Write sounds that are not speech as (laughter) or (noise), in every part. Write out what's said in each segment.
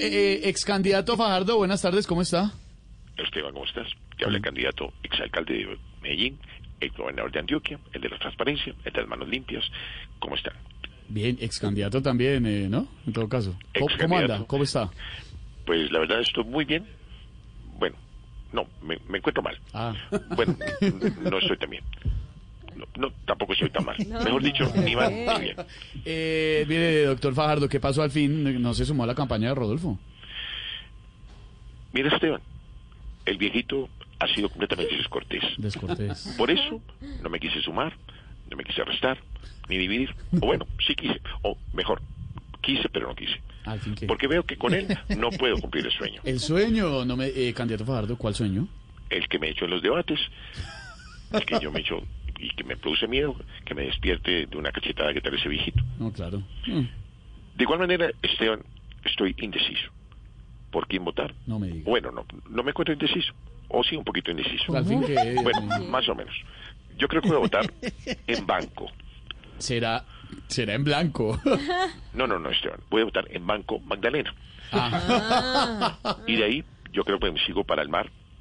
Eh, ex candidato Fajardo, buenas tardes, ¿cómo está? Esteban, ¿cómo estás? Te habla el candidato exalcalde de Medellín, el gobernador de Antioquia, el de la transparencia, el de las manos limpias. ¿Cómo están? Bien, ex candidato también, eh, ¿no? En todo caso. ¿Cómo, cómo anda? Excandidato. ¿Cómo está? Pues la verdad estoy muy bien. Bueno, no, me, me encuentro mal. Ah. Bueno, no estoy tan bien. No, no, tampoco estoy tan mal. Mejor dicho, ni mal ni bien. (laughs) Eh, mire, doctor Fajardo, ¿qué pasó al fin? No se sumó a la campaña de Rodolfo. Mira, Esteban, el viejito ha sido completamente descortés. Descortés. Por eso no me quise sumar, no me quise restar, ni dividir. O bueno, sí quise. O mejor, quise pero no quise. (laughs) Al fin que. Porque veo que con él (laughs) no puedo cumplir el sueño. El sueño, no me, eh, candidato Fajardo, ¿cuál sueño? El que me echo en los debates, el que yo me echo y que me produce miedo, que me despierte de una cachetada que tal ese viejito. No, claro. Mm, De igual manera, Esteban, estoy indeciso. ¿Por quién votar? No me diga. Bueno, no, no me encuentro indeciso. O sí, un poquito indeciso. pues Al fin que. eh, Dios Bueno, mío. más o menos. Yo creo que voy a votar en banco. será, será en blanco. (laughs) No, no, no, Esteban. Voy a votar en Banco Magdalena. Ah. Y de ahí yo creo que me sigo para el mar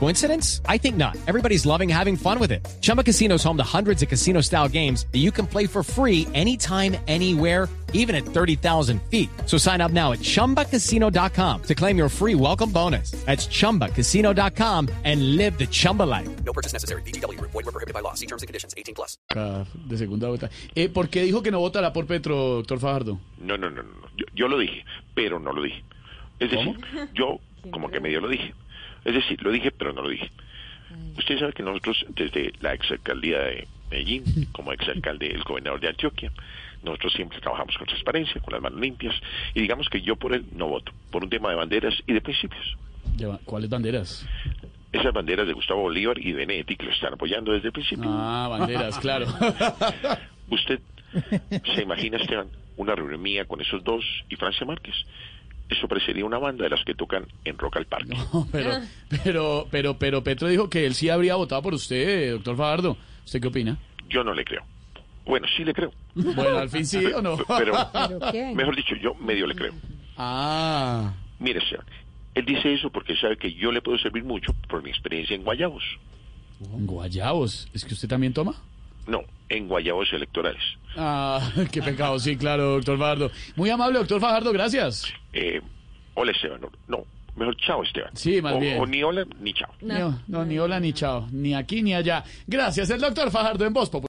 Coincidence? I think not. Everybody's loving having fun with it. Chumba Casino is home to hundreds of casino style games that you can play for free anytime, anywhere, even at 30,000 feet. So sign up now at chumbacasino.com to claim your free welcome bonus. That's chumbacasino.com and live the Chumba life. No purchase necessary. BGW. Void were prohibited by law. See terms and conditions. 18 plus. De segunda vuelta. Eh, ¿Por qué dijo que no votará por Petro, doctor Fajardo? No, no, no, no. no. Yo, yo lo dije, pero no lo dije. Es decir, yo como que medio lo dije. Es decir, lo dije, pero no lo dije. Usted sabe que nosotros, desde la exalcaldía de Medellín, como exalcalde, el gobernador de Antioquia, nosotros siempre trabajamos con transparencia, con las manos limpias, y digamos que yo por él no voto, por un tema de banderas y de principios. Lleva- ¿Cuáles banderas? Esas banderas de Gustavo Bolívar y de Benedetti que lo están apoyando desde el principio. Ah, banderas, claro. Usted se imagina, Esteban, una reunión mía con esos dos y Francia Márquez. Eso parecería una banda de las que tocan en Rock al Parque. No, pero, pero, pero, pero Petro dijo que él sí habría votado por usted, doctor Fajardo. ¿Usted qué opina? Yo no le creo. Bueno, sí le creo. Bueno, al fin sí o no. (laughs) (laughs) Pero, mejor dicho, yo medio le creo. Ah, Mire, Esteban, él dice eso porque sabe que yo le puedo servir mucho por mi experiencia en Guayabos. guayabos. ¿Es que usted también toma? No, en Guayabos electorales. Ah, (laughs) qué pecado, sí, claro, doctor Fajardo. Muy amable, doctor Fajardo, gracias. Eh, hola, Esteban. No, no, mejor chao, Esteban. Sí, más o, bien. o ni hola ni chao. No, no, ni hola ni chao, ni aquí ni allá. Gracias, el doctor Fajardo en Voz Populi.